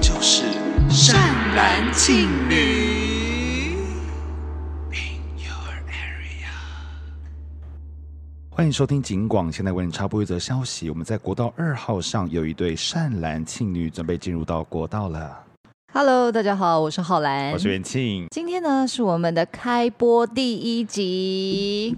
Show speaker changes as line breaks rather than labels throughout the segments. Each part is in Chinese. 就是善男信女。In your area，
欢迎收听警广，现在为你插播一则消息：我们在国道二号上有一对善男庆女准备进入到国道了。
Hello，大家好，我是浩兰，
我是元庆，
今天呢是我们的开播第一集。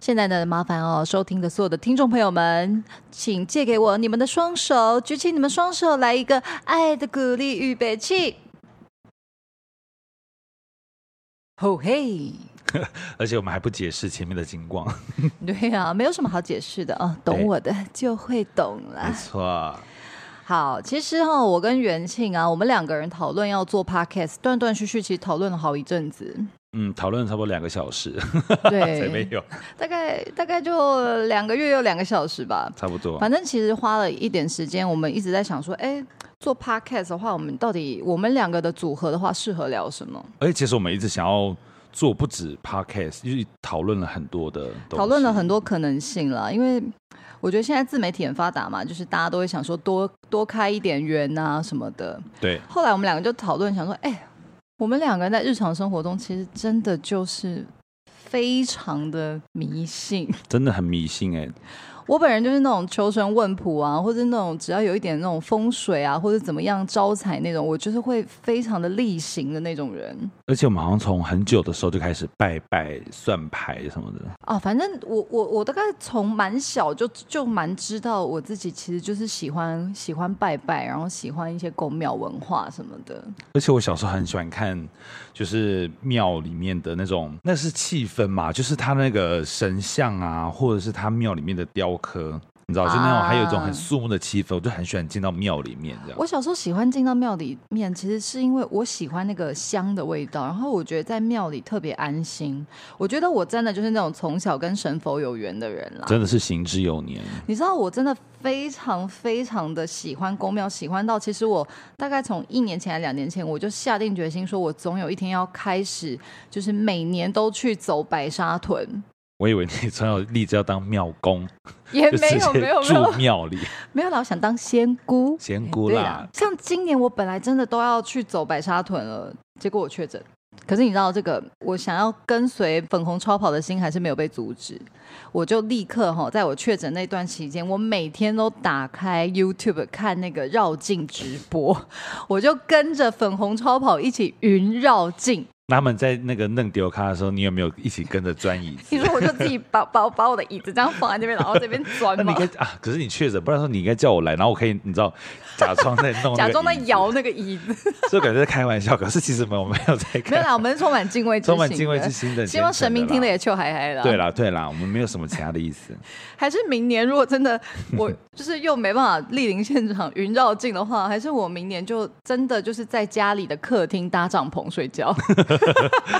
现在呢，麻烦哦，收听的所有的听众朋友们，请借给我你们的双手，举起你们双手，来一个爱的鼓励预备器。吼嘿！
而且我们还不解释前面的警广，
对啊，没有什么好解释的啊，懂
对
我的就会懂啦
没。错，
好，其实哈、我跟元庆啊，我们两个人讨论要做 podcast，断断续续，其实讨论了好一阵 子。
嗯，讨论了差不多两个小时，才没
对，
有，
大概大概就两个月有两个小时吧。
差不多。
反正其实花了一点时间，我们一直在想说，哎，做 podcast 的话，我们到底我们两个的组合的话，适合聊什么？
而且其实我们一直想要做不止 podcast，就是讨论了很多的东西，
讨论了很多可能性了，因为我觉得现在自媒体很发达嘛，就是大家都会想说多多开一点源啊什么的。
对，
后来我们两个就讨论，想说，哎、我们两个人在日常生活中，其实真的就是非常的迷信。
真的很迷信哎、
我本人就是那种求神问卜啊，或者那种只要有一点那种风水啊，或者怎么样招财那种，我就是会非常的例行的那种人
而且我们好像从很久的时候就开始拜拜、算牌什么的，
啊。反正我我我大概从蛮小就就蛮知道我自己其实就是喜欢喜欢拜拜，然后喜欢一些宫庙文化什么的。
而且我小时候很喜欢看，就是庙里面的那种，那是气氛嘛，就是他那个神像啊，或者是他庙里面的雕刻，你知道，就那种
啊
还有一种很肃穆的气氛，我就很喜欢进到庙里面这样。
我小时候喜欢进到庙里面，其实是因为我喜欢那个香的味道，然后我觉得在庙里特别安心。我觉得我真的就是那种从小跟神佛有缘的人啦。
真的是行之有年，
你知道我真的非常非常的喜欢公庙，喜欢到其实我大概从一年前、还两年前，我就下定决心说，我总有一天要开始，就是每年都去走白沙屯，
我以为你从小立志要当庙公，
也
就
哎
直
没有没
接
有没
住
有
庙里，
没有啦，我想当仙姑。
仙
哎
姑
对
啦
啦，。像今年我本来真的都要去走白沙屯了，结果我确诊。可是你知道这个，我想要跟随粉红超跑的心还是没有被阻止，我就立刻哈，在我确诊那段期间，我每天都打开 YouTube 看那个绕境直播， 我就跟着粉红超跑一起云绕境。
那他们在那个弄丢咖的时候，你有没有一起跟着转椅子
你？说我就自己把把把我的椅子这样放在那边，然后这边 钻
那你
嘛
应，该啊，可是你确诊，不然说你应该叫我来，然后我可以，你知道，假装在弄，
假装在摇那个椅子。
这感觉在开玩笑，可是其实没有，我没有在
没有
开，
啦，我们是充满敬畏之心的，
充满敬畏之心的，
希望神明听了
了
也就嗨嗨了。
啊对，啦，对啦，我们没有什么其他的意思。
还是明年如果真的我就是又没办法莅临现场云绕境的话，还是我明年就真的就是在家里的客厅搭帐篷 睡觉。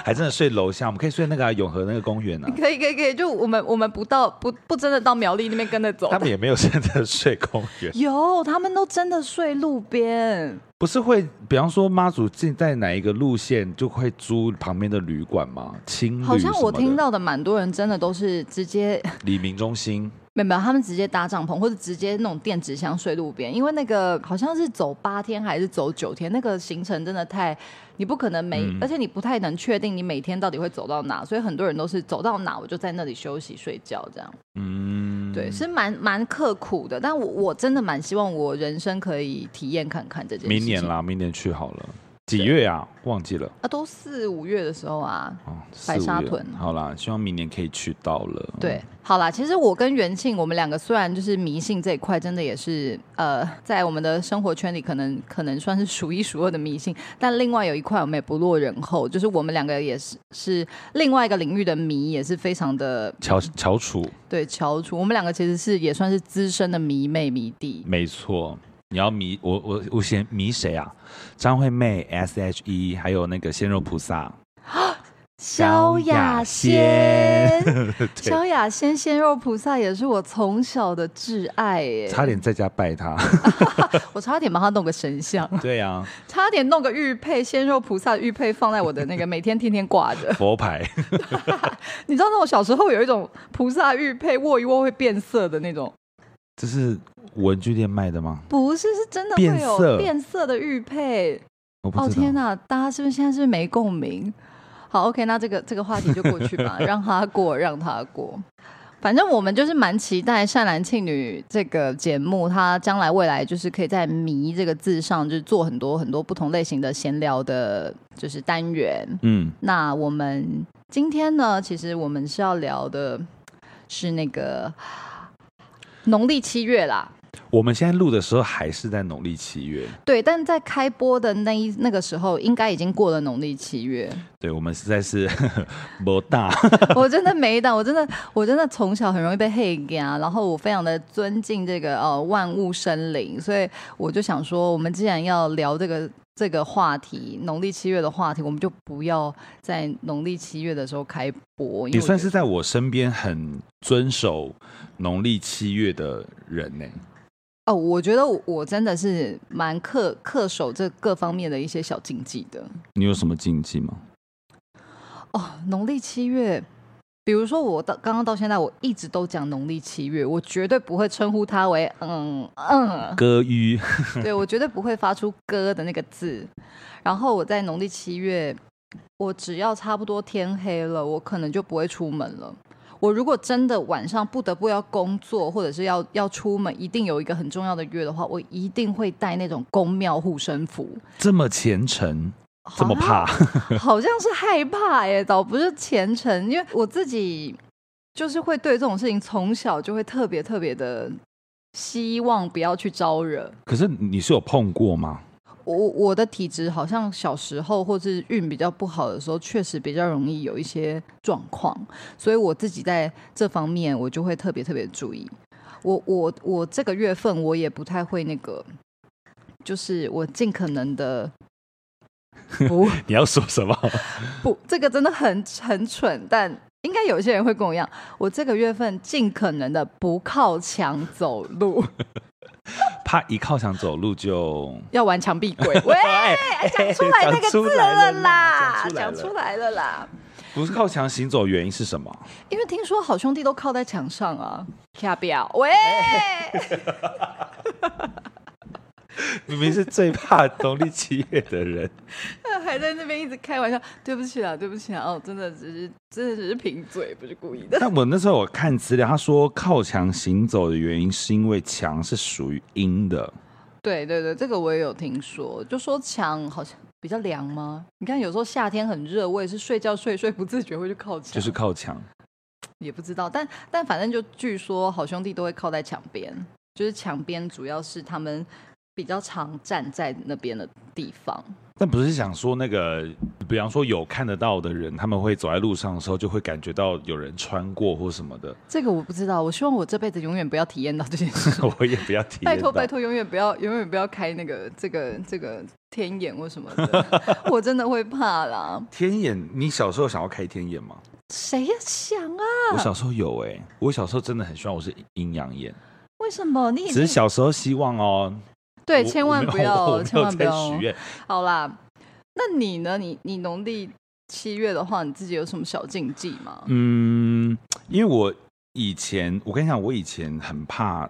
还真的睡楼下，我们可以睡那个啊、永和那个公园啊，
可以可以可以，就我们我们不到不不真的到苗栗那边跟着走
他。们也没有真的睡公 园，
有，他们都真的睡路边，
不是会，比方说妈祖进在哪一个路线就会租旁边的旅馆吗？青旅
好像我
什么的
听到的蛮多人真的都是直接
李明中心，
没有，没有，他们直接搭帐篷，或者直接那种电子箱睡路边，因为那个好像是走八天还是走九天，那个行程真的太，你不可能每，
嗯
而且你不太能确定你每天到底会走到哪，所以很多人都是走到哪我就在那里休息睡觉这样，
嗯，
对，是蛮蛮刻苦的，但我我真的蛮希望我人生可以体验看看这件事情。
明年啦，明年去好了，几月啊？忘记了。
啊，都四五月的时候啊，
哦，四
白沙
五月
屯
好啦，希望明年可以去到了。
对，好啦，其实我跟元庆，我们两个虽然就是迷信这一块，真的也是呃，在我们的生活圈里，可能可能算是数一数二的迷信，但另外有一块我们也不落人后，就是我们两个也是是另外一个领域的迷，也是非常的
乔乔楚，
对翘楚。我们两个其实是也算是资深的迷妹迷弟，
没错，你要迷我我我先迷谁啊？张惠妹、S H E，还有那个鲜肉菩萨，萧亚轩，
萧亚轩鲜肉菩萨也是我从小的挚爱耶，
差点在家拜他。
我差点帮他弄个神像。
对啊，
差点弄个玉佩，鲜肉菩萨的玉佩放在我的那个每天天天挂 着。
佛牌，
你知道那种小时候有一种菩萨玉佩握一握会变色的那种，
这是文具店卖的吗？
不是，是真的会
变色
有变色的玉佩。
我不知
哦
道。
天哪，大家是不是现在是不是没共鸣？好，OK，那这个这个话题就过去 吧，让它过，让它过。反正我们就是蛮期待《善男信女》这个节目，它将来未来就是可以在“迷”这个字上，就是做很多很多不同类型的闲聊的，就是单元。
嗯，
那我们今天呢，其实我们是要聊的是那个农历七月啦，
我们现在录的时候还是在农历七月，
对，但在开播的那一那个时候，应该已经过了农历七月。
对我们实在是 不大，
我真的没档，我真的我真的从小很容易被黑啊，然后我非常的尊敬这个呃万物生灵，所以我就想说，我们既然要聊这个这个话题，农历七月的话题，我们就不要在农历七月的时候开播，因为
也
我
算
觉
是在我身边很遵守农历七月的人呢、
哦，我觉得我我真的是蛮恪恪守这各方面的一些小禁忌的。
你有什么禁忌吗？
哦，农历七月，比如说我到刚刚到现在，我一直都讲农历七月，我绝对不会称呼它为嗯嗯，
歌吁，
对我绝对不会发出“歌”的那个字。然后我在农历七月，我只要差不多天黑了，我可能就不会出门了。我如果真的晚上不得不要工作，或者是要要出门，一定有一个很重要的约的话，我一定会带那种公庙护身符。
这么虔诚，这
好
么
像
怕，
好像是害怕耶，倒不是虔诚，因为我自己就是会对这种事情从小就会特别特别的希望不要去招惹。
可是你是有碰过吗？
我我的体质好像小时候或是运比较不好的时候，确实比较容易有一些状况，所以我自己在这方面我就会特别特别注意。我我我这个月份我也不太会那个，就是我尽可能的不
你要说什么？
不，这个真的很很蠢，但应该有些人会跟我一样，我这个月份尽可能的不靠墙走路，
怕一靠墙走路就
要玩墙壁鬼。喂，哎讲出来那个字了啦，
哎讲
讲
出来
出
了
来了啦。
不是靠墙行走，原因是什么？
因为听说好兄弟都靠在墙上啊，卡表 喂，
明明是最怕农历七月的人，
还在那边一直开玩笑，对不起啦，对不起啦，哦，真的只是真的只是贫嘴，不是故意的。
但我那时候我看资料，他说靠墙行走的原因是因为墙是属于阴的，
对对对，这个我也有听说，就说墙好像比较凉吗？你看有时候夏天很热，我也是睡觉睡一睡不自觉会去靠墙，
就是靠墙。
也不知道，但但反正就据说好兄弟都会靠在墙边，就是墙边主要是他们比较常站在那边的地方。
但不是想说那个，比方说有看得到的人，他们会走在路上的时候，就会感觉到有人穿过或什么的。
这个我不知道，我希望我这辈子永远不要体验到这件事。
我也不要体验。
拜托拜，托，永远不要永远不要开那个这个这个天眼或什么的， 我真的会怕啦。
天眼，你小时候想要开天眼吗？
啊谁呀想啊？
我小时候有哎、我小时候真的很希望我是阴阳眼，
为什么你已
只
经
是小时候希望哦。
对，
我
千万
我
不
没有 我
要，
没
千
有
万不
在
要
许。愿。
好啦，那你呢？你你农历七月的话，你自己有什么小禁忌吗？
嗯，因为我以前，我跟你讲，我以前很怕，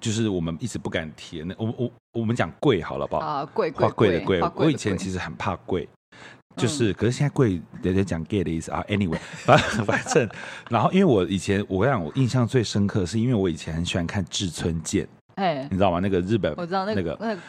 就是我们一直不敢提的那我我我们讲贵好了吧，
啊，贵
花
贵嗯
贵的贵，
花
我以前
实
其实很怕贵。就是，可是现在贵，人家讲 gay 的意思啊。Anyway，反 反正，然后因为我以前，我跟你讲，我印象最深刻，是因为我以前很喜欢看志村健，
哎
你，知道吗？那个日本
我知道那
嗯那
个
个
那个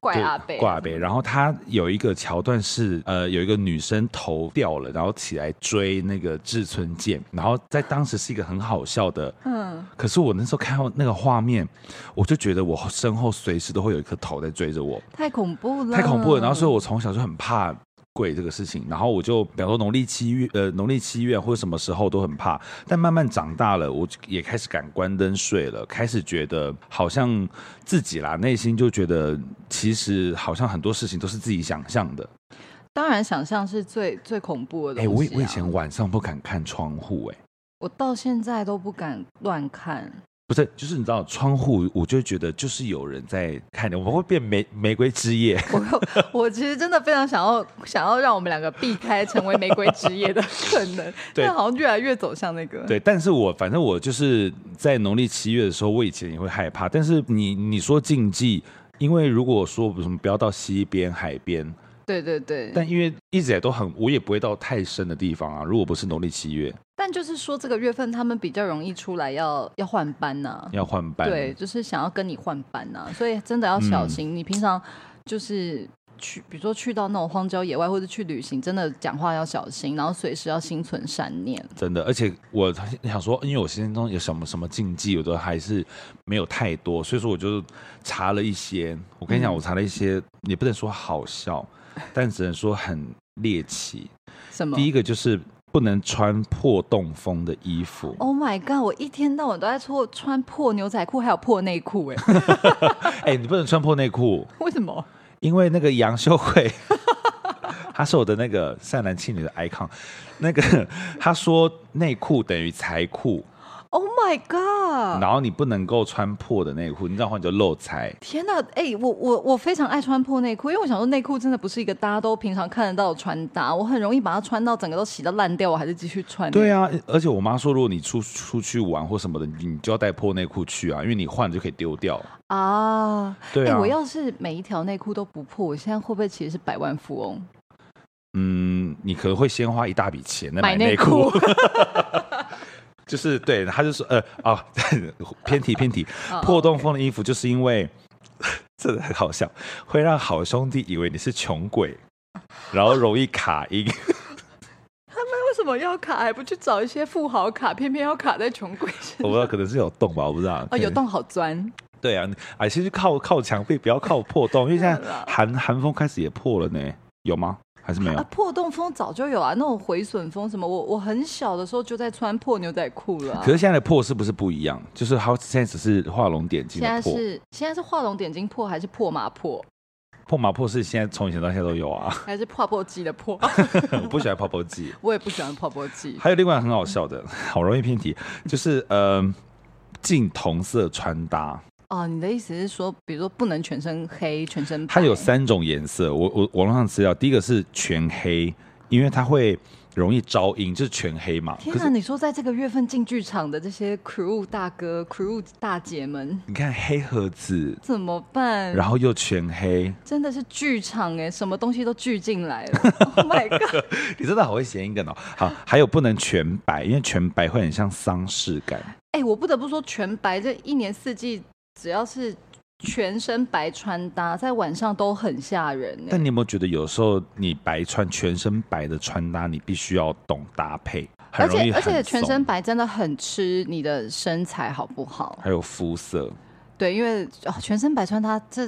怪
对
阿贝，
挂阿贝。然后他有一个桥段是，呃，有一个女生头掉了，然后起来追那个志村健，然后在当时是一个很好笑的。
嗯，
可是我那时候看到那个画面，我就觉得我身后随时都会有一颗头在追着我，
太恐怖了，
太恐怖了。然后所以我从小就很怕。鬼这个事情，然后我就，比方说农历七月，呃，农历七月或者什么时候都很怕，但慢慢长大了，我就也开始敢关灯睡了，开始觉得好像自己啦，内心就觉得其实好像很多事情都是自己想象的。
当然想象是最最恐怖的
哎、
东西啊。
我以我以前晚上不敢看窗户、哎，
我到现在都不敢乱看，
不是，就是你知道窗户，我就觉得就是有人在看你，我们会变玫玫瑰之夜。
我其实真的非常想要想要让我们两个避开成为玫瑰之夜的可能，
对
但好像越来越走向那个。
对，但是我反正我就是在农历七月的时候，我以前也会害怕。但是你你说禁忌，因为如果说什么不要到西边、海边，
对对对但
但因为一直也都很，我也不会到太深的地方啊。如果不是农历七月，
就是说这个月份他们比较容易出来要要换班呐、
要换班。
对，，就是想要跟你换班呐、所以真的要
嗯
小心。你平常就是去，比如说去到那种荒郊野外，或者去旅行，真的讲话要小心，然后随时要心存善念。
真的。而且我想说，因为我心中有什么什么禁忌，我都还是没有太多，所以说我就查了一些。我跟你讲，我查了一些，也不能说好笑，但只能说很猎奇。
什么？
第一个就是不能穿破洞风的衣服。
Oh my god！我一天到晚都在穿穿破牛仔裤，还有破内裤，哎，
哎、你不能穿破内裤，
为什么？
因为那个杨秀慧， 她是我的那个善男信女的 icon。那个她说内裤等于财库，
Oh my god！
然后你不能够穿破的内裤，你这样的话你就漏财。
天呐，哎、我我我非常爱穿破内裤，因为我想说内裤真的不是一个大家都平常看得到的穿搭，我很容易把它穿到整个都洗到烂掉，我还是继续穿。
对
啊，
啊，而且我妈说，如果你出出去玩或什么的，你你就要带破内裤去啊，因为你换了就可以丢掉。
啊，哎、
对啊，
我要是每一条内裤都不破，我现在会不会其实是百万富 翁？
嗯，你可能会先花一大笔钱来
买
买内
内裤
裤。 就是对，他就说呃哦， 偏题偏题，
哦
破洞风的衣服就是因 为这个很好笑，会让好兄弟以为你是穷鬼，然后容易卡 音。
为什么要卡？还不去找一些富豪卡，偏偏要卡在穷鬼身
我不知道可能是有洞吧，我不知道。
哦，有洞好钻，
对啊，而且就靠靠墙壁，不要靠破洞，因为现 在
对啦
寒寒风开始也破了呢，有吗？还是没有
啊，？破洞风早就有啊，那种回损风什么，我我很小的时候就在穿破牛仔裤了啊、
可是现在的破是不是不一样？就是它现在只是画龙点睛
现在
的破，
是现在是画龙点睛破还是破马破
破麻破是现在从以前到现在都有啊。
还是破破机的破？
我不喜欢泡泡剂。
我也不喜欢泡泡机。
还有另外很好笑的，好容易偏题，就是呃，近同色穿搭，
哦，你的意思是说，比如说不能全身黑，全身白
它有三种颜色。我我我网络上资料，第一个是全黑，因为它会容易招阴，就是全黑嘛。
天啊
可
哪！
是
你说在这个月份进剧场的这些 crew 大哥、crew 大姐们
你看黑盒子，
怎么办？
然后又全黑，
真的是剧场哎，什么东西都聚进来了。Oh my god！
你真的好会谐音梗哦。好，还有不能全白，因为全白会很像丧事感。
哎、我不得不说，全白这一年四季，只要是全身白穿搭，在晚上都很吓人哎。
但你有没有觉得有时候你白穿全身白的穿搭，你必须要懂搭配，很
而
容易
且而
很
且全
怂
身白真的很吃你的身材好不好？
还有肤色。
对，因为、哦、全身白穿搭这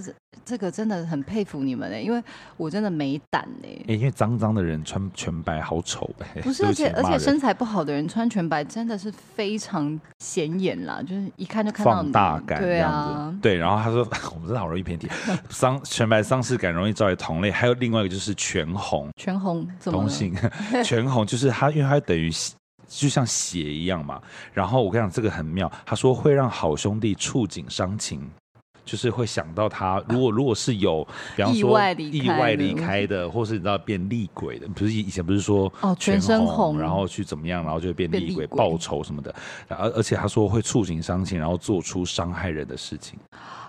这个真的很佩服你们哎，因为我真的没胆哎。
欸因为脏脏的人穿全白好丑、欸，
不是，
对
而
起
且而
骂
且
人
身材不好的人穿全白真的是非常显眼啦，就是一看就看到
放
你。
大感这
对
样子，
啊，
对。然后他说， 我们真的好容易偏 题，丧全白丧失感容易招来同类，还有另外一个就是全红
全红怎么
同
了？
性，全红就是它，因为它等于血就像血一样嘛。然后我跟你讲，这个很妙，他说会让好兄弟触景伤情。就是会想到他，如果如果是有，比方说
啊意外离
意
开
外
的
离开的，或是你知道变厉鬼的，不是以前不是说
哦全身红
然后去怎么样，然后就会变
变
厉
厉
鬼
鬼
报仇什么的，然后而且他说会触景伤情，然后做出伤害人的事情。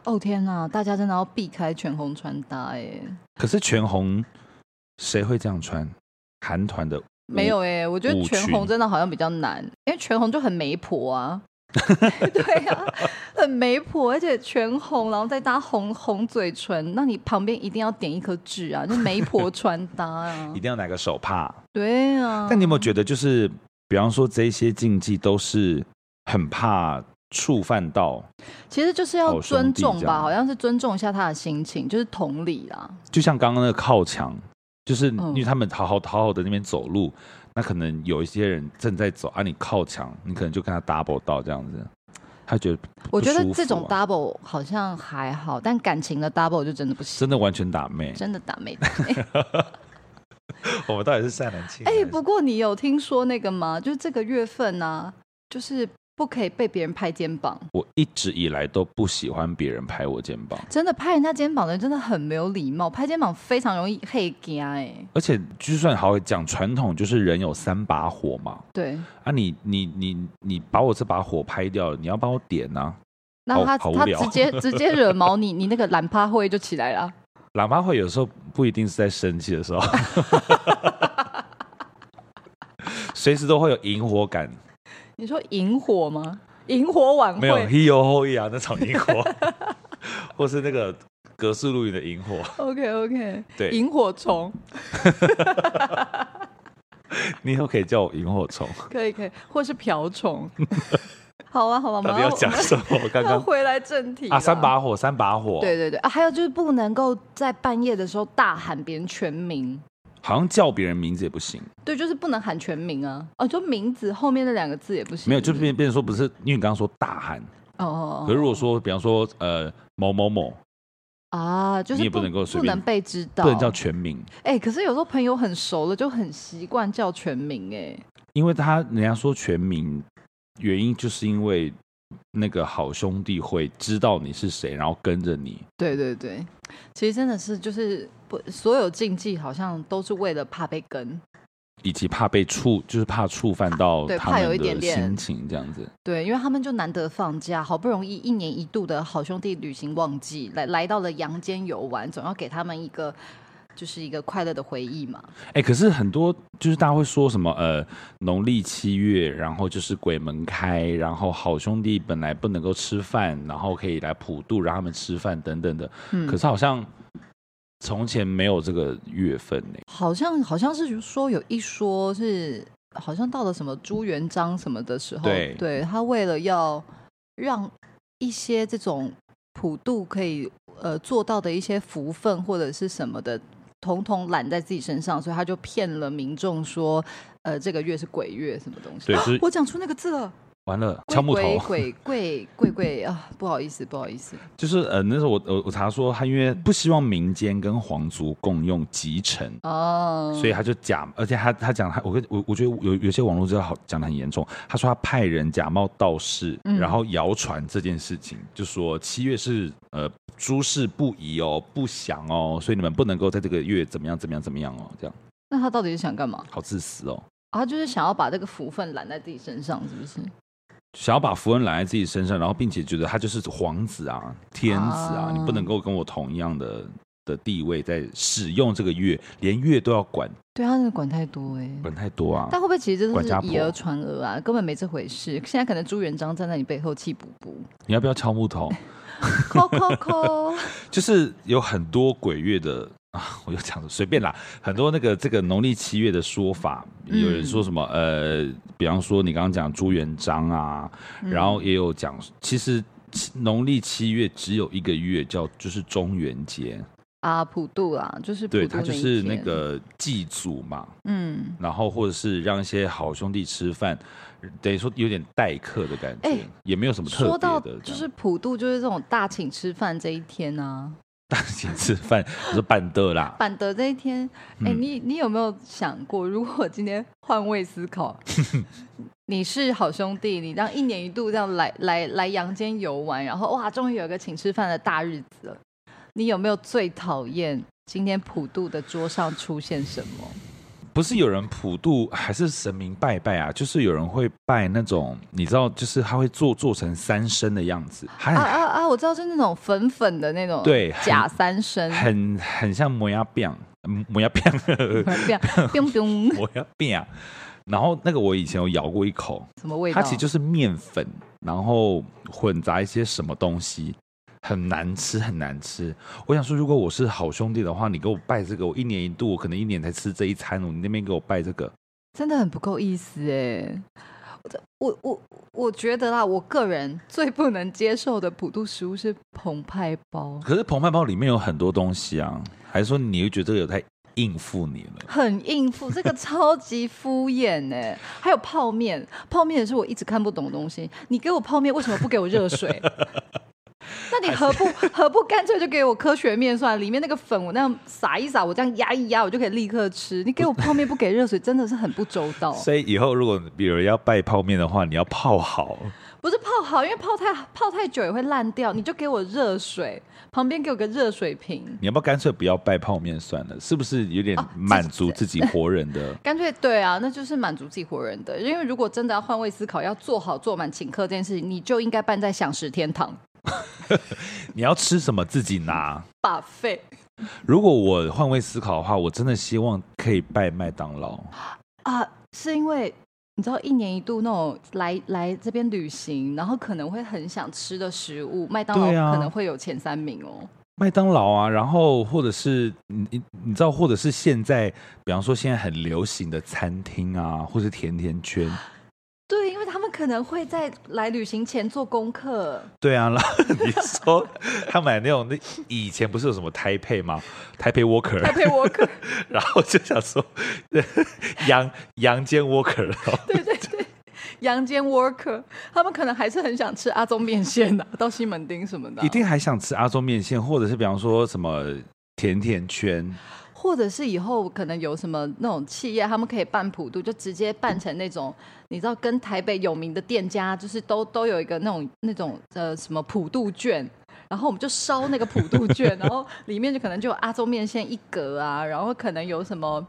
哦天哪，大家真的要避开全红穿搭哎、
可是全红谁会这样穿？韩团的
没有哎、我觉得
舞
全
裙
红真的好像比较难，因为全红就很媒婆 啊。对啊，很媒婆，而且全红，然后再搭红红嘴唇，那你旁边一定要点一颗痣啊，就媒婆穿搭啊
一。定要拿个手帕，
对啊，
但你有没有觉得，就是比方说这些禁忌都是很怕触犯到，
其实就是要
好哦兄
尊
弟
重
这
吧，
样
好像是尊重一下他的心情，就是同理啦。
就像刚刚那个靠墙，就是
嗯
因为他们好好好好的那边走路，那可能有一些人正在走啊，你靠墙，你可能就跟他 double 到这样子，他觉得不
我觉
不舒
得
服
这种
啊
double 好像还好，但感情的 double 就真的不行，
真的完全打妹。
真的打哎没
我们到底是善男信女
哎、
还是？
不过你有听说那个吗？就是这个月份呢、啊，就是不可以被别人拍肩膀。
我一直以来都不喜欢别人拍我肩膀，
真的拍人家肩膀的人真的很没有礼貌，拍肩膀非常容易黑家哎。
而且就算好讲传统，就是人有三把火嘛，
对，
啊你，你你你把我这把火拍掉了，你要帮我点啊呐、
那他、
好无
他
聊
直接直接惹毛你， 你那个懒趴会就起来了。
喇叭会有时候不一定是在生气的时候， 随时都会有萤火感，
你说萤火吗？萤火晚
没有
会
he yo ho 啊那场萤火， 或是那个格式露营的萤火，
，OK OK，
对，
萤火虫
你以后可以叫我萤火虫。
可以可以，或是 瓢虫。好啊好啊，我
到
们
底要
我
讲
们
什么？我刚
要
刚
回来正题
啊，
啦
三把火，三把火，
对，对对啊，还有就是不能够在半夜的时候大喊别人全名，
好像叫别人名字也不行，
对，就是不能喊全名啊，哦，就名字后面那两个字也不行，
没有，就是变变成说不是，因为你刚刚说大喊，
嗯哦哦，哦
可是如果说比方说呃某某某，
啊，就是
你也不能够随
不
便
能被知道，
不能叫全名，
哎、可是有时候朋友很熟了，就很习惯叫全名、哎
因为他人家说全名，原因就是因为那个好兄弟会知道你是谁，然后跟着你。
哎，对对对，其实真的是就是不所有禁忌好像都是为了怕被跟，
以及怕被触，就是怕触犯到
对
他
怕有一
们
点
的
点
心情，这样子。
对，因为他们就难得放假，好不容易一年一度的好兄弟旅行旺季来来到了阳间游玩，总要给他们一个就是一个快乐的回忆嘛。
哎、可是很多就是大家会说什么呃，农历七月，然后就是鬼门开，然后好兄弟本来不能够吃饭，然后可以来普渡，让他们吃饭等等的。
嗯
可是好像从前没有这个月份呢、
好像好像是说有一说是好像到了什么朱元璋什么的时候，
对
他为了要让一些这种普渡可以呃做到的一些福分或者是什么的，统统揽在自己身上，所以他就骗了民众说，呃，这个月是鬼月什么东西。
对就是
我讲出那个字了，
完了，
鬼
敲木
鬼
头，
鬼鬼鬼鬼啊！不好意思，不好意思，
就是呃那时候我我我查说他因为不希望民间跟皇族共用集成，
哦，
所以他就假，而且他他讲他，我跟我我觉得有有些网络资料好讲的很严重，他说他派人假冒道士，
嗯
然后谣传这件事情，就说七月是呃诸事不宜哦，不祥哦，所以你们不能够在这个月怎么样怎么样怎么样哦，这样
那他到底是想干嘛？
好自私哦，
啊，就是想要把这个福分揽在自己身上，是不是？
想要把符文揽在自己身上，然后并且觉得他就是皇子啊、天子啊，
啊
你不能够跟我同样的。的地位在使用这个月，连月都要管
对他真的管太多哎、
管太多啊！
但会不会其实这
管
是
家
以
婆
讹传讹啊？根本没这回事。现在可能朱元璋站在你背后气补补，
你要不要敲木头？
扣扣扣。
就是有很多鬼月的啊，我就讲随便啦，很多那个这个农历七月的说法，
嗯
有人说什么呃，比方说你刚刚讲朱元璋啊，然后也有讲，其实七农历七月只有一个月叫就是中元节，
啊，普渡啦，就是普渡
对，它就是那
一天，
个祭祖嘛，
嗯，
然后或者是让一些好兄弟吃饭，等于说有点待客的感觉，
哎
也没有什么特
说到
别的，
就是普渡，就是这种大请吃饭这一天啊，
大家吃饭就是半的啦，
板德这一天，哎、
嗯
你你有没有想过，如果今天换位 思考，你是好兄弟，你让一年一度这样来来来阳间游玩，然后哇，终于有一个请吃饭的大日子了，你有没有最讨厌今天普渡的桌上出现什么？
不是有人普渡还是神明拜拜啊？就是有人会拜那种，你知道，就是他会做做成三牲的样子，还
啊
很、
啊啊！我知道是那种粉粉的那种，
哎对
假三生，
很很像摩牙变，嗯摩牙变，
不要不用不用，
摩牙变。然后那个我以前有咬过一口，
什么味道？
它其实就是面粉，然后混杂一些什么东西，很难吃，很难吃。我想说，如果我是好兄弟的话，你给我拜这个，我一年一度，我可能一年才吃这一餐，你那边给我拜这个，
真的很不够意思哎。我我我觉得啦，我个人最不能接受的普渡食物是澎湃包，
可是澎湃包里面有很多东西啊，还是说你会觉得这个有太应付你了？
很应付，这个超级敷衍哎。还有泡面，泡面也是我一直看不懂的东西。你给我泡面，为什么不给我热水？ 那你何不何不干脆就给我科学面算了？里面那个粉我那样撒一撒，我这样压一压，我就可以立刻吃。你给我泡面不给热水，真的是很不周到。
所以以后如果比如要拜泡面的话，你要泡好，
不是泡好，因为泡太泡太久也会烂掉，你就给我热水，旁边给我个热水瓶，
你要不要干脆不要拜泡面算了？是不是有点
哦这
满足自己活人的？
干脆对啊，那就是满足自己活人的。因为如果真的要换位思考，要做好做满请客这件事情，你就应该办在享食天堂
你要吃什么自己拿。
把费
如果我换位思考的话，我真的希望可以拜麦当劳。
啊，是因为。你知道一年一度那种来来这边旅行，然后可能会很想吃的食物，麦当劳
对啊
可能会有前三名哦。
麦当劳啊，然后或者是你你你知道，或者是现在，比方说现在很流行的餐厅啊，或是甜甜圈，
对，因为他们可能会在来旅行前做功 课，
对啊，然 后你说他买那种那以前不是有什么台配吗？台配 Walker，
来陪我可
然后就想说 杨杨坚 Walker，然后
阳间 worker，他们可能还是很想吃阿宗面 线的、到西门町什么的啊、
一定还想吃阿宗面线，或者是比方说什么甜甜圈，
或者是以后可能有什么那种企业，他们可以办普渡，就直接办成那种，你知道，跟台北有名的店家，就是都都有一个那种那种呃什么普渡券。然后我们就烧那个普渡 券，然后里面就可能就有阿宗面线一格啊，然后可能有什么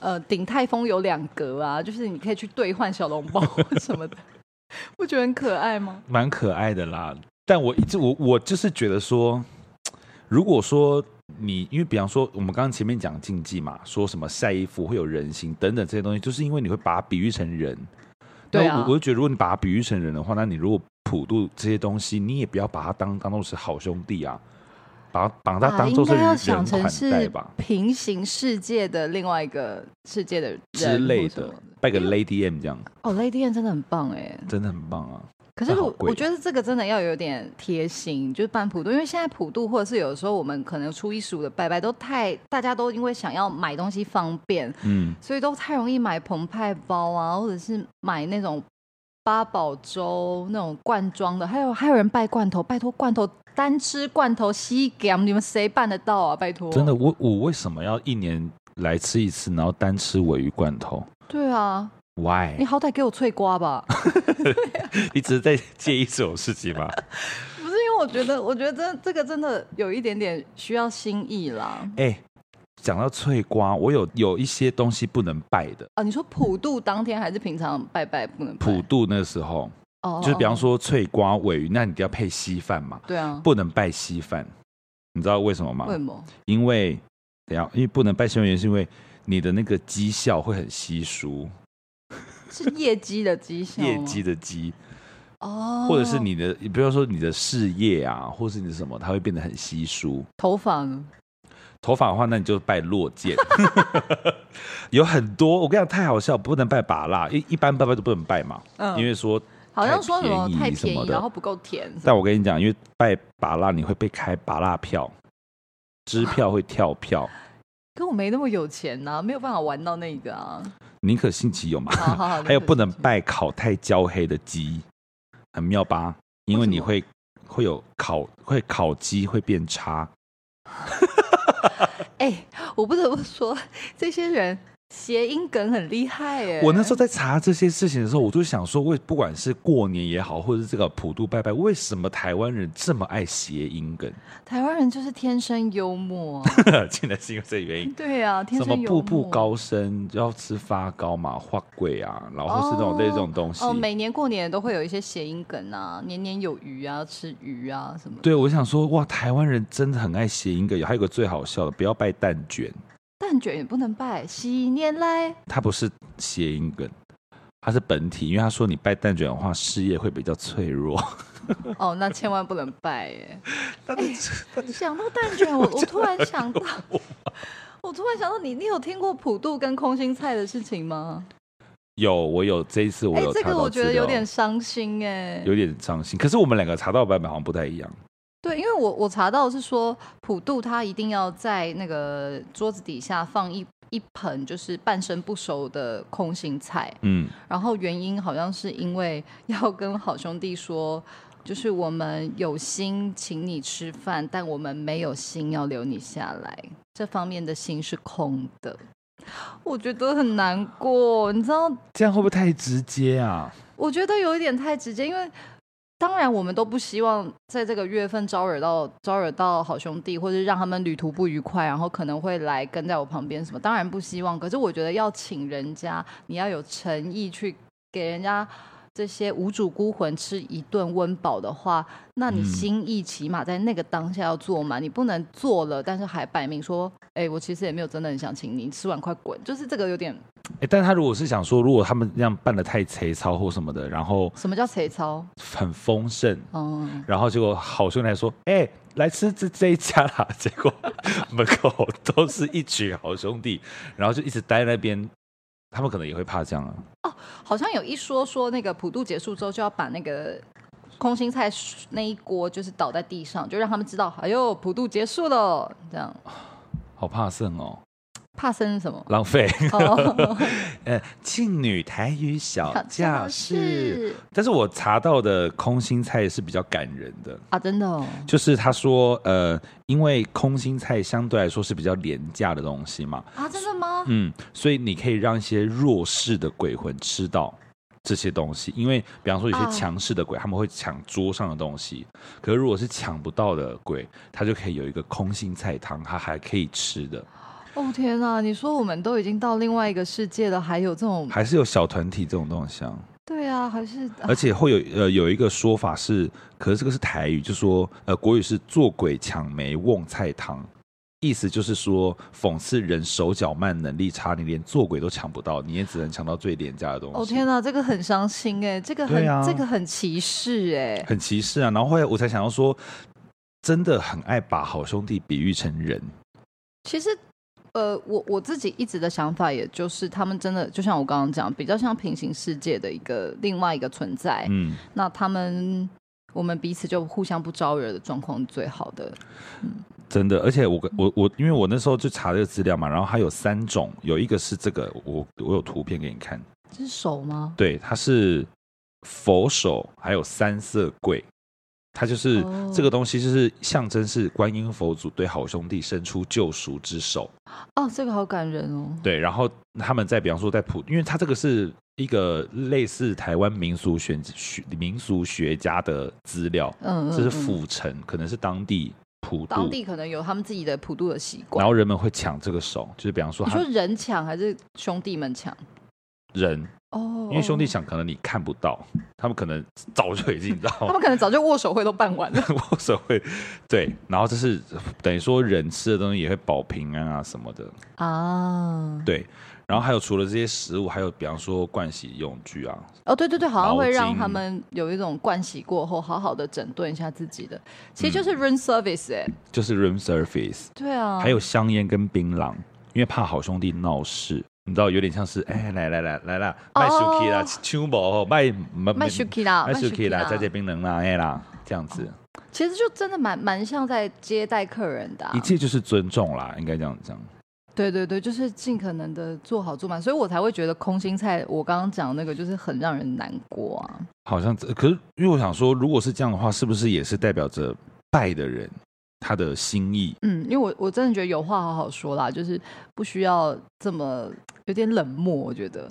呃鼎泰丰有两格啊，就是你可以去兑换小笼包什么的， 不觉得很可爱吗？
蛮可爱的啦。但我一直我我就是觉得说，如果说你因为比方说我们刚刚前面讲禁忌嘛，说什么晒衣服会有人形等等这些东西，就是因为你会把它比喻成人。
对
那
啊
我我就觉得如果你把它比喻成人的话，那你如果普渡这些东西，你也不要把它当当做是好兄弟啊，把它把它当做
啊应
是
该要
人
想成
款待
是
吧
平行世界的另外一个世界的人
之类
或什么
的，拜个 Lady M 这样
哦，Lady N 真的很棒哎，
真的很棒啊。
可是
那好
我
贵
我觉得这个真的要有点贴心，就是办普渡，因为现在普渡或者是有时候我们可能初一十五的拜拜都太，大家都因为想要买东西方便，
嗯，
所以都太容易买澎湃包啊，或者是买那种八宝粥那种罐装的，还有还有人拜罐头，拜托罐头单吃罐头吸 g 你们谁办得到啊？拜托，
真的，我我为什么要一年来吃一次，然后单吃尾鱼罐头
对啊，
？Why？
你 好歹给我脆 瓜吧。
你只是在介意这种事情 吗？
不是因为我觉得，我觉得这这个真的有一点点需要心意啦。
哎、讲到脆瓜，我有有一些东西不能拜的。
啊，你说普渡当天还是平常拜拜不能拜
普渡那时候，
哦，
就是比方
哦，
说脆瓜尾鱼，那你一定要配稀饭嘛，
对啊，
不能拜稀饭。你知道为什么吗
为？什么？
因为等一下，因为不能拜稀饭，原因是因为你的那个绩效会很稀疏，
是业绩的绩效吗，
业绩的绩，
哦，
或者是你的，比方说你的事业啊，或是你的什么，它会变得很稀疏。
头发呢？
头发的话，那你就拜落剑， 有很多。我跟你讲，太好笑，不能拜拔蜡，一一般拜拜都不能拜嘛，
嗯
因为说
好像说什么
太
太
便宜什
便
么
宜，
的
然后不够甜，
但我跟你讲，因为拜拔蜡你会被开拔蜡票，支票会跳 票，
可我没那么有钱呐、没有办法玩到那 个啊。
宁可信其有嘛。
好好好，
还有
那个
不能拜烤太焦黑的鸡，很妙吧？因为你会会有烤会烤鸡会变差，
哎、我不得不说，这些人谐音梗很厉害耶、
我那时候在查这些事情的时候，我就想说，为不管是过年也好，或者是这个普渡拜拜，为什么台湾人这么爱谐音梗？
台湾人就是天生幽默啊、
竟然是因为这个原因。
对啊，天
什
生
么
幽
步步
默
高升，要吃发糕嘛，画贵啊，然后是那种类似这种东西。
哦，每年过年都会有一些谐音梗啊，年年有余啊，吃鱼啊什么的。
对，我想说，哇，台湾人真的很爱谐音梗。还有个最好笑的，不要拜蛋卷，
蛋卷也不能拜，喜 年来
它不是谐音梗，它是本体，因为他说你拜蛋卷的话，事业会比较脆弱。
哦，那千万不能拜耶。
那你这
想到蛋 卷，我我突然想到， 我突然想到你，你有听过普渡跟空心菜的事情吗？
有，我有这一次我
哎
有，
这
查
个
到
我觉得
资料
有点伤心哎。
有点伤心。可是我们两个查到的版本好像不太一样。
对，因为我我查到的是说，普渡它一定要在那个桌子底下放一一盆就是半生不熟的空心菜，
嗯，
然后原因好像是因为 要跟好兄弟说，就是我们有心请你吃饭，但我们没有心要留你下来，这方面的心是空的。我觉得很难过，你知道，
这样会不会太直接啊？
我觉得有一点太直接，因为当然，我们都不希望在这个月份招惹到招惹到好兄弟，或者让他们旅途不愉快，然后可能会来跟在我旁边什么。当然不希望，可是我觉得要请人家，你要有诚意去给人家这些无主孤魂吃一顿温饱的话，那你
嗯
心意起码在那个当下要做嘛，你不能做了，但是还摆明说，哎、我其实也没有真的很想请你，你吃完快滚，就是这个有点
哎，但他如果是想说，如果他们那样办的太贼操或什么的，然后
什么叫贼操？
很丰盛，
嗯，
然后结果好兄弟还说：“哎、来吃这这一家啦！”结果门口都是一群好兄弟， 然后就一直待在那边。他们可能也会怕这样啊，
好像有一说说那个普渡结束之后就要把那个空心菜那一锅就是倒在地上，就让他们知道，哎呦，普渡结束了，这样
好怕剩哦，
怕生是 什么？
浪费。
哦，
呃，庆女台语小教室，
是
但是我查到的空心菜是比较感人的，
啊，真的、哦，
就是他说，呃，因为空心菜相对来说是比较廉价的东西嘛，
啊，真的吗？
嗯，所以你可以让一些弱势的鬼魂吃到这些东西，因为比方说有些
啊
强势的鬼，他们会抢桌上的东西，可是如果是抢不到的鬼，他就可以有一个空心菜汤，他还可以吃的，
哦天哪，你说我们都已经到另外一个世界了，还有这种？
还是有小团体这种东西啊。
对啊，还是啊
而且会有呃有一个说法是，可是这个是台语，就说呃国语是做鬼抢梅瓮菜汤，意思就是说讽刺人手脚慢能力差，你连做鬼都抢不到，你也只能抢到最廉价的东西。
哦天哪，这个很伤心哎、这个
对
很、
啊
这个很歧视哎、
很歧视啊。然后后来我才想到说，真的很爱把好兄弟比喻成人，
其实，呃，我我自己一直的想法，也就是他们真的就像我刚刚讲，比较像平行世界的一个另外一个存在。
嗯，
那他们我们彼此就互相不招惹的状况是最好的。
真的。而且我跟我我，因为我那时候就查这个资料嘛，然后它有三种，有一个是这个，我我有图片给你看，
这是手吗？
对，它是佛手，还有三色桂。它就是、
哦
这个东西，就是象征是观音佛祖对好兄弟伸出救赎之手。
哦，这个好感人哦。
对，然后他们在比方说在普，因为他这个是一个类似台湾民俗学学民俗学家的资料，
嗯，嗯
这是
嗯
府城，可能是当地普
当
渡，
地可能有他们自己的普渡的习
然
惯。
后人们会抢这个手，就是比方说
你
他
说人抢还是兄弟们抢？
人，
哦，
因为兄弟
哦，
抢可能你看不到，他们可能早就已经你知道
他
吗
们可能早就握手会都办完了。
握手会，对，然后这是等于说人吃的东西也会保平安啊什么的，
啊，
对。然后还有除了这些食物，还有比方说盥洗用具啊，
哦，对对对，好像会让
毛巾
他们有一种盥洗过后，好好的整顿一下自己的，其实就是 room service 哎、
就是 room service，
对啊，
嗯还有香烟跟槟榔，因为怕好兄弟闹事，你知道有点像是
嗯
哎来来来来啦，卖手机啦，抢无卖
哦卖 Shuki 啦，
那是可以啦，
啦哦
再见冰冷啦，哎啦，这样子，
其实就真的蛮蛮像在接待客人的啊、
一切就是尊重啦，应该这样讲。
对对对，就是尽可能的做好做满，所以我才会觉得空心菜，我刚刚讲那个就是很让人难过啊。
好像这可是，因为我想说，如果是这样的话，是不是也是代表着拜的人他的心意？
嗯，因为我我真的觉得有话好好说啦，就是不需要这么有点冷漠，我觉得。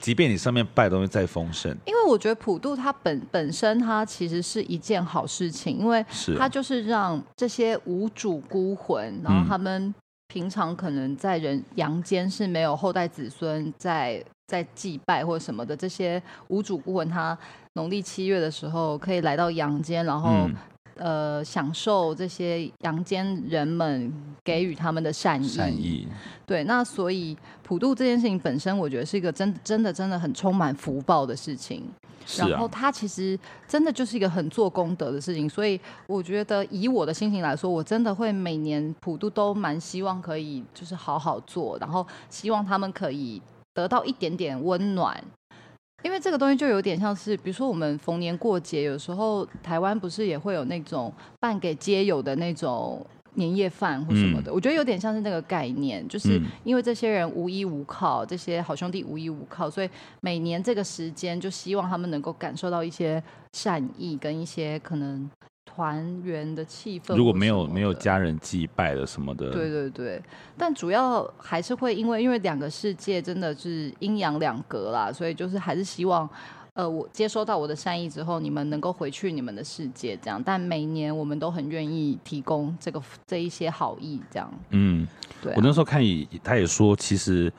即便你上面拜的东西再丰盛，
因为我觉得普渡它本本身它其实是一件好事情，因为
是啊
它就是让这些无主孤魂，然后他们平常可能在人阳间是没有后代子孙在在祭拜或什么的，这些无主孤魂，他农历七月的时候可以来到阳间，然后、
嗯
呃享受这些阳间人们给予他们的善意。
善意，
对，那所以普渡这件事情本身，我觉得是一个真真的真的很充满福报的事情。
是
然
啊
后，它其实真的就是一个很做功德的事情，所以我觉得以我的心情来说，我真的会每年普渡都蛮希望可以就是好好做，然后希望他们可以得到一点点温暖。因为这个东西就有点像是，比如说我们逢年过节，有时候台湾不是也会有那种办给街友的那种年夜饭或什么的，我觉得有点像是那个概念，就是
嗯
因为这些人无依无靠，这些好兄弟无依无靠，所以每年这个时间就希望他们能够感受到一些善意跟一些可能团圆的气氛。
如果没有没有
加。
家人祭拜了什么的，
对对对，但主要还是会因为因为两个世界真的是阴阳两隔啦，所以就是还是希望呃，我接收到我的善意之后，你们能够回去你们的世界这样。但每年我们都很愿意提供这个这一些好意这样。
嗯，
对啊、
我那时候看也，他也说，其实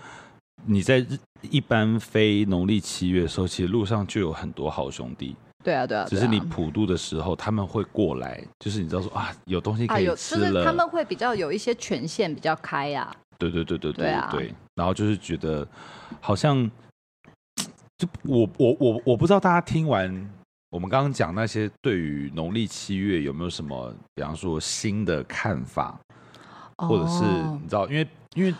你在日一般非农历七月的时候，其实路上就有很多好兄弟，
对啊，对啊，
只
对
是你
啊
普渡的时候他们会过来，就是你知道说啊，有东西
啊
可
有
以
就
吃
是
了，
他们会比较有一些权限比较开呀、
对对对对对
对啊
对，然后就是觉得好像就我我我我不知道大家听完我们刚刚讲那些对于农历七月有没有什么，比方说新的看法，或者是
哦
你知道，因为因为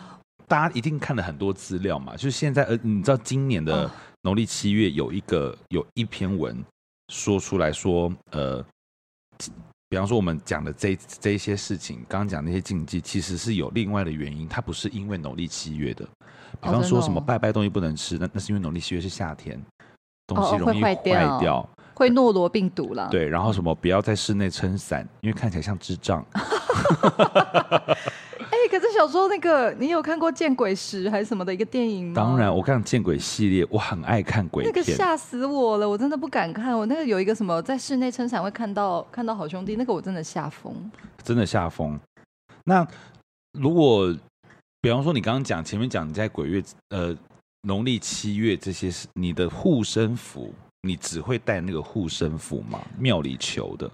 大家一定看了很多资料嘛，就是现在呃，你知道今年的
哦
农历七月有一个有一篇文说出来说，呃，比方说我们讲的这这一些事情，刚刚讲那些禁忌，其实是有另外的原因，它不是因为农历七月的。比方
真的
说
哦
什么拜拜东西不能吃，那那是因为农历七月是夏天，东
哦
西
哦
容
会
易
坏
坏
掉
掉。
会诺罗病毒啦。
对，然后什么不要在室内撑伞，因为看起来像智障。
哎、可是小时候那个你有看过《见鬼时》还是什么的一个电影吗？
当然，我看见鬼系列，我很爱看鬼
哦那个
片。
吓死我了，我真的不敢看。我那个有一个什么在室内撑伞会看到看到好兄弟，那个我真的吓疯。
真的下风。那如果比方说你刚刚讲前面讲你在鬼月呃农历七月这些事，你的护身符，你只会带那个护身符吗？庙里求的，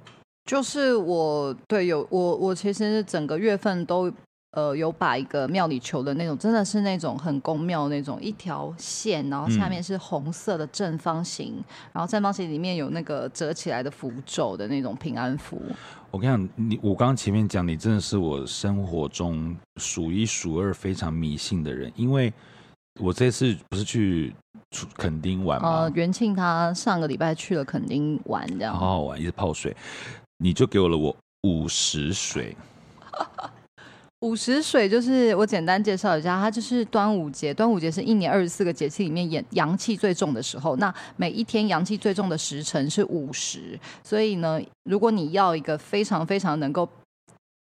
就是我对有我我其实整个月份都呃有把一个庙里求的那种，真的是那种很宫庙那种一条线，然后下面是红色的正方形，然后正方形里面有那个折起来的符咒的那种平安符。
我跟你讲，你我刚刚前面讲，你真的是我生活中数一数二非常迷信的人，因为我这次不是去出垦丁玩吗？
呃，元庆他上个礼拜去了垦丁玩，这样
好好玩，一直泡水，你就给我了我五十水，
五十水就是我简单介绍一下，它就是端午节。端午节是一年二十四个节气里面阳阳气最重的时候，那每一天阳气最重的时辰是午时，所以呢，如果你要一个非常非常能够。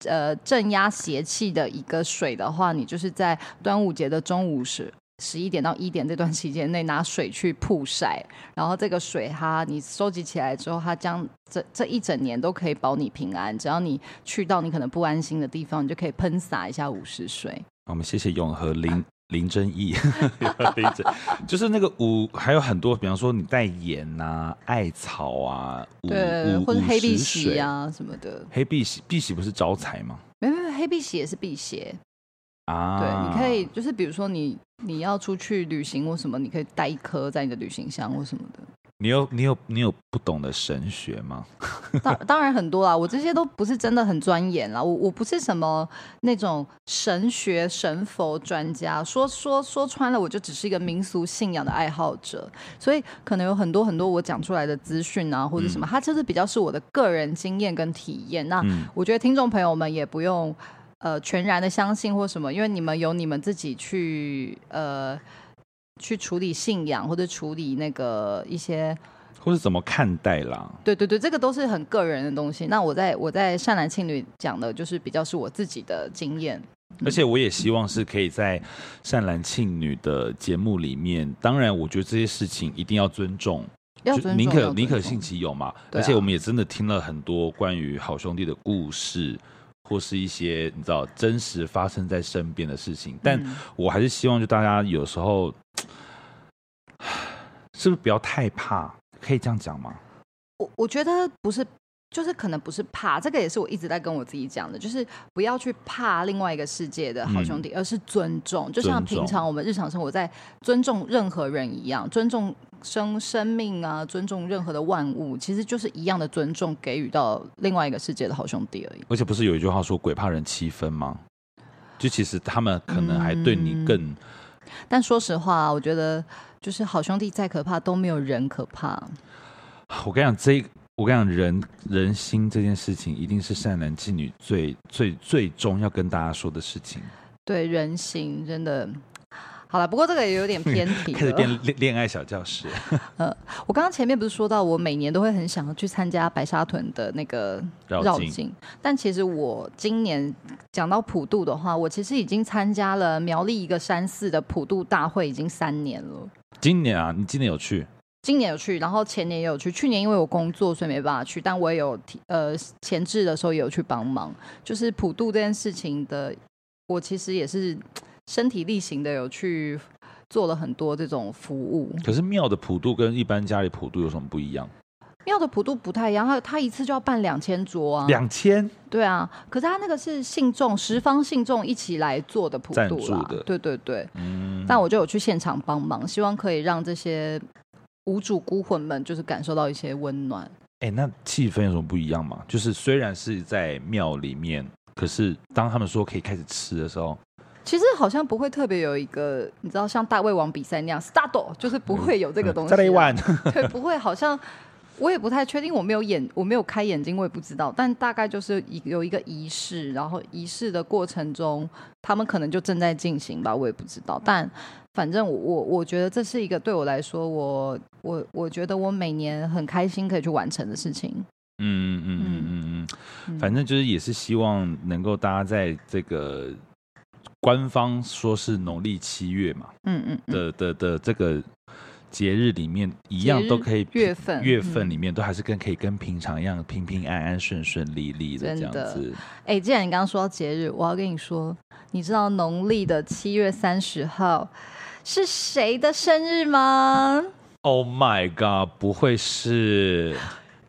呃，镇压邪气的一个水的话，你就是在端午节的中午时十一点到一点这段期间内拿水去曝晒，然后这个水它你收集起来之后，它将这这一整年都可以保你平安。只要你去到你可能不安心的地方，你就可以喷洒一下午时水。
我们谢谢永和 林林真义，林真就是那个五，还有很多，比方说你带盐呐、艾草啊，五
对，
五
或者黑碧
五十
玺
水，
啊什么的，
黑碧玺，碧玺不是招财吗？
没没没，黑碧玺也是辟邪。
啊，
对，你可以就是比如说你你要出去旅行或什么，你可以带一颗在你的旅行箱或什么的。
你有你有你有不懂的神学吗？
当当然很多啦，我这些都不是真的很钻研啦，我我不是什么那种神学神佛专家，说说说穿了，我就只是一个民俗信仰的爱好者。所以可能有很多很多我讲出来的资讯啊，或者什么，它就是比较是我的个人经验跟体验。那
嗯
我觉得听众朋友们也不用呃全然的相信或什么，因为你们有你们自己去呃去处理信仰或者处理那个一些
或是怎么看待啦？
对对对，这个都是很个人的东西。那我在我在善男信女讲的就是比较是我自己的经验。
而且我也希望是可以在善男信女的节目里面，当然，我觉得这些事情一定要尊重，
要
就
尊重
宁
要
可
尊
宁可
重
信其有嘛。
对
而
啊
且我们也真的听了很多关于好兄弟的故事，或是一些你知道真实发生在身边的事情。但
嗯
我还是希望，就大家有时候是不是不要太怕？可以这样讲吗？
我我觉得不是，就是可能不是怕，这个也是我一直在跟我自己讲的，就是不要去怕另外一个世界的好兄弟，而是尊重，就像
嗯尊重
平常我们日常生活在尊重任何人一样，尊重生生命啊，尊重任何的万物，其实就是一样的尊重给予到另外一个世界的好兄弟而已。
而且不是有一句话说“鬼怕人七分”吗？就其实他们可能还对你更。
嗯但说实话、啊我觉得就是好兄弟再可怕都没有人可怕。
我跟你讲，这我跟你讲，人人心这件事情，一定是善男信女最最最终要跟大家说的事情。
对人性真的。好了，不过这个也有点偏 题
开始
了。
变恋恋爱小教 室，
我刚刚前面不是说到，我每年都会很想要去参加白沙屯的那个
绕
绕
境
境，但其实我今年讲到普渡的话，我其实已经参加了苗栗一个山寺的普渡大会，已经三年了。
今年啊，你今年有去？
今年有去，然后前年也有去，去年因为我工作所以没办法去，但我也有提呃前置的时候也有去帮忙，就是普渡这件事情的，我其实也是身体力行的有去做了很多这种服务。
可是庙的普渡跟一般家里普渡有什么不一样？
庙的普渡不太一样，它它一次就要办两千桌啊，
两千
对啊，可是它那个是信众十方信众一起来做的普
赞
渡
助
啦
的，
对对对，
嗯，
但我就有去现场帮忙，希望可以让这些无主孤魂们就是感受到一些温暖。
哎、那气氛有什么不一样吗？就是虽然是在庙里面，可是当他们说可以开始吃的时候，
其实好像不会特别有一个，你知道像大胃王比赛那 样 start，就是不会有这个东
嗯
西、啊
再来一 碗，
对，不会好像。我也不太确定，我没有眼，我没有开眼睛，我也不知道。但大概就是一有一个仪式，然后仪式的过程中，他们可能就正在进行吧，我也不知道。但反正我我我觉得这是一个对我来说，我我我觉得我每年很开心可以去完成的事情。
嗯嗯嗯嗯嗯嗯。
嗯
反正就是也是希望能够大家在这个官方说是农历七月嘛
嗯嗯嗯，
的的的这个节日里面，一样都可以
节日月份嗯
月份里面都还是跟可以跟平常一样平平安安顺顺利利的这样
真的
子。
哎、既然你刚刚说到节日，我要跟你说，你知道农历的七月三十号是谁的生日吗？
Oh my god！不会 是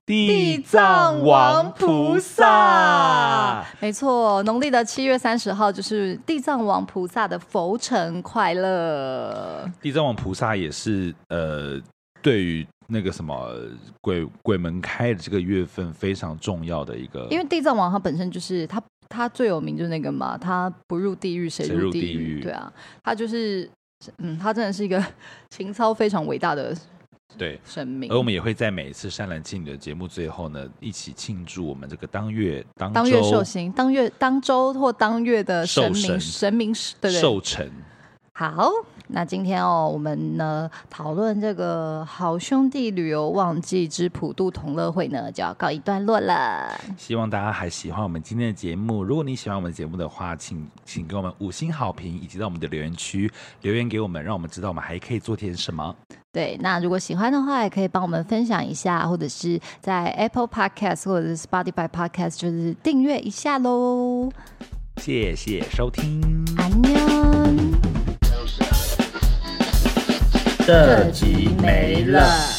地藏王菩萨，没错，农历的七月三十号就是地藏王菩萨的佛辰快乐。
地藏王菩萨也是呃，对于那个什么鬼鬼门开的这个月份非常重要的一个，
因为地藏王他本身就是他，他最有名就是那个嘛，他不入地狱谁
谁
入
入
地
地
狱？
狱
对啊，他就是，嗯，他真的是一个 情操非常伟大的
对。
神明。
而我们也会在每一次善男信女的节目最后呢，一起庆祝我们这个当月当
当月
周
寿星，当月当周或当月的神明
寿神
神明是对对
寿辰，
好，那今天哦，我们呢讨论这个好兄弟旅游旺季之普渡同乐会呢，就要告一段落了。
希望大家还喜欢我们今天的节目。如果你喜欢我们的节目的话，请请给我们五星好评，以及到我们的留言区留言给我们，让我们知道我们还可以做点什么。
对，那如果喜欢的话，也可以帮我们分享一下，或者是在 Apple Podcast 或者是 Spotify Podcast 就是订阅一下喽。
谢谢收听。
安妞，
这
集没了。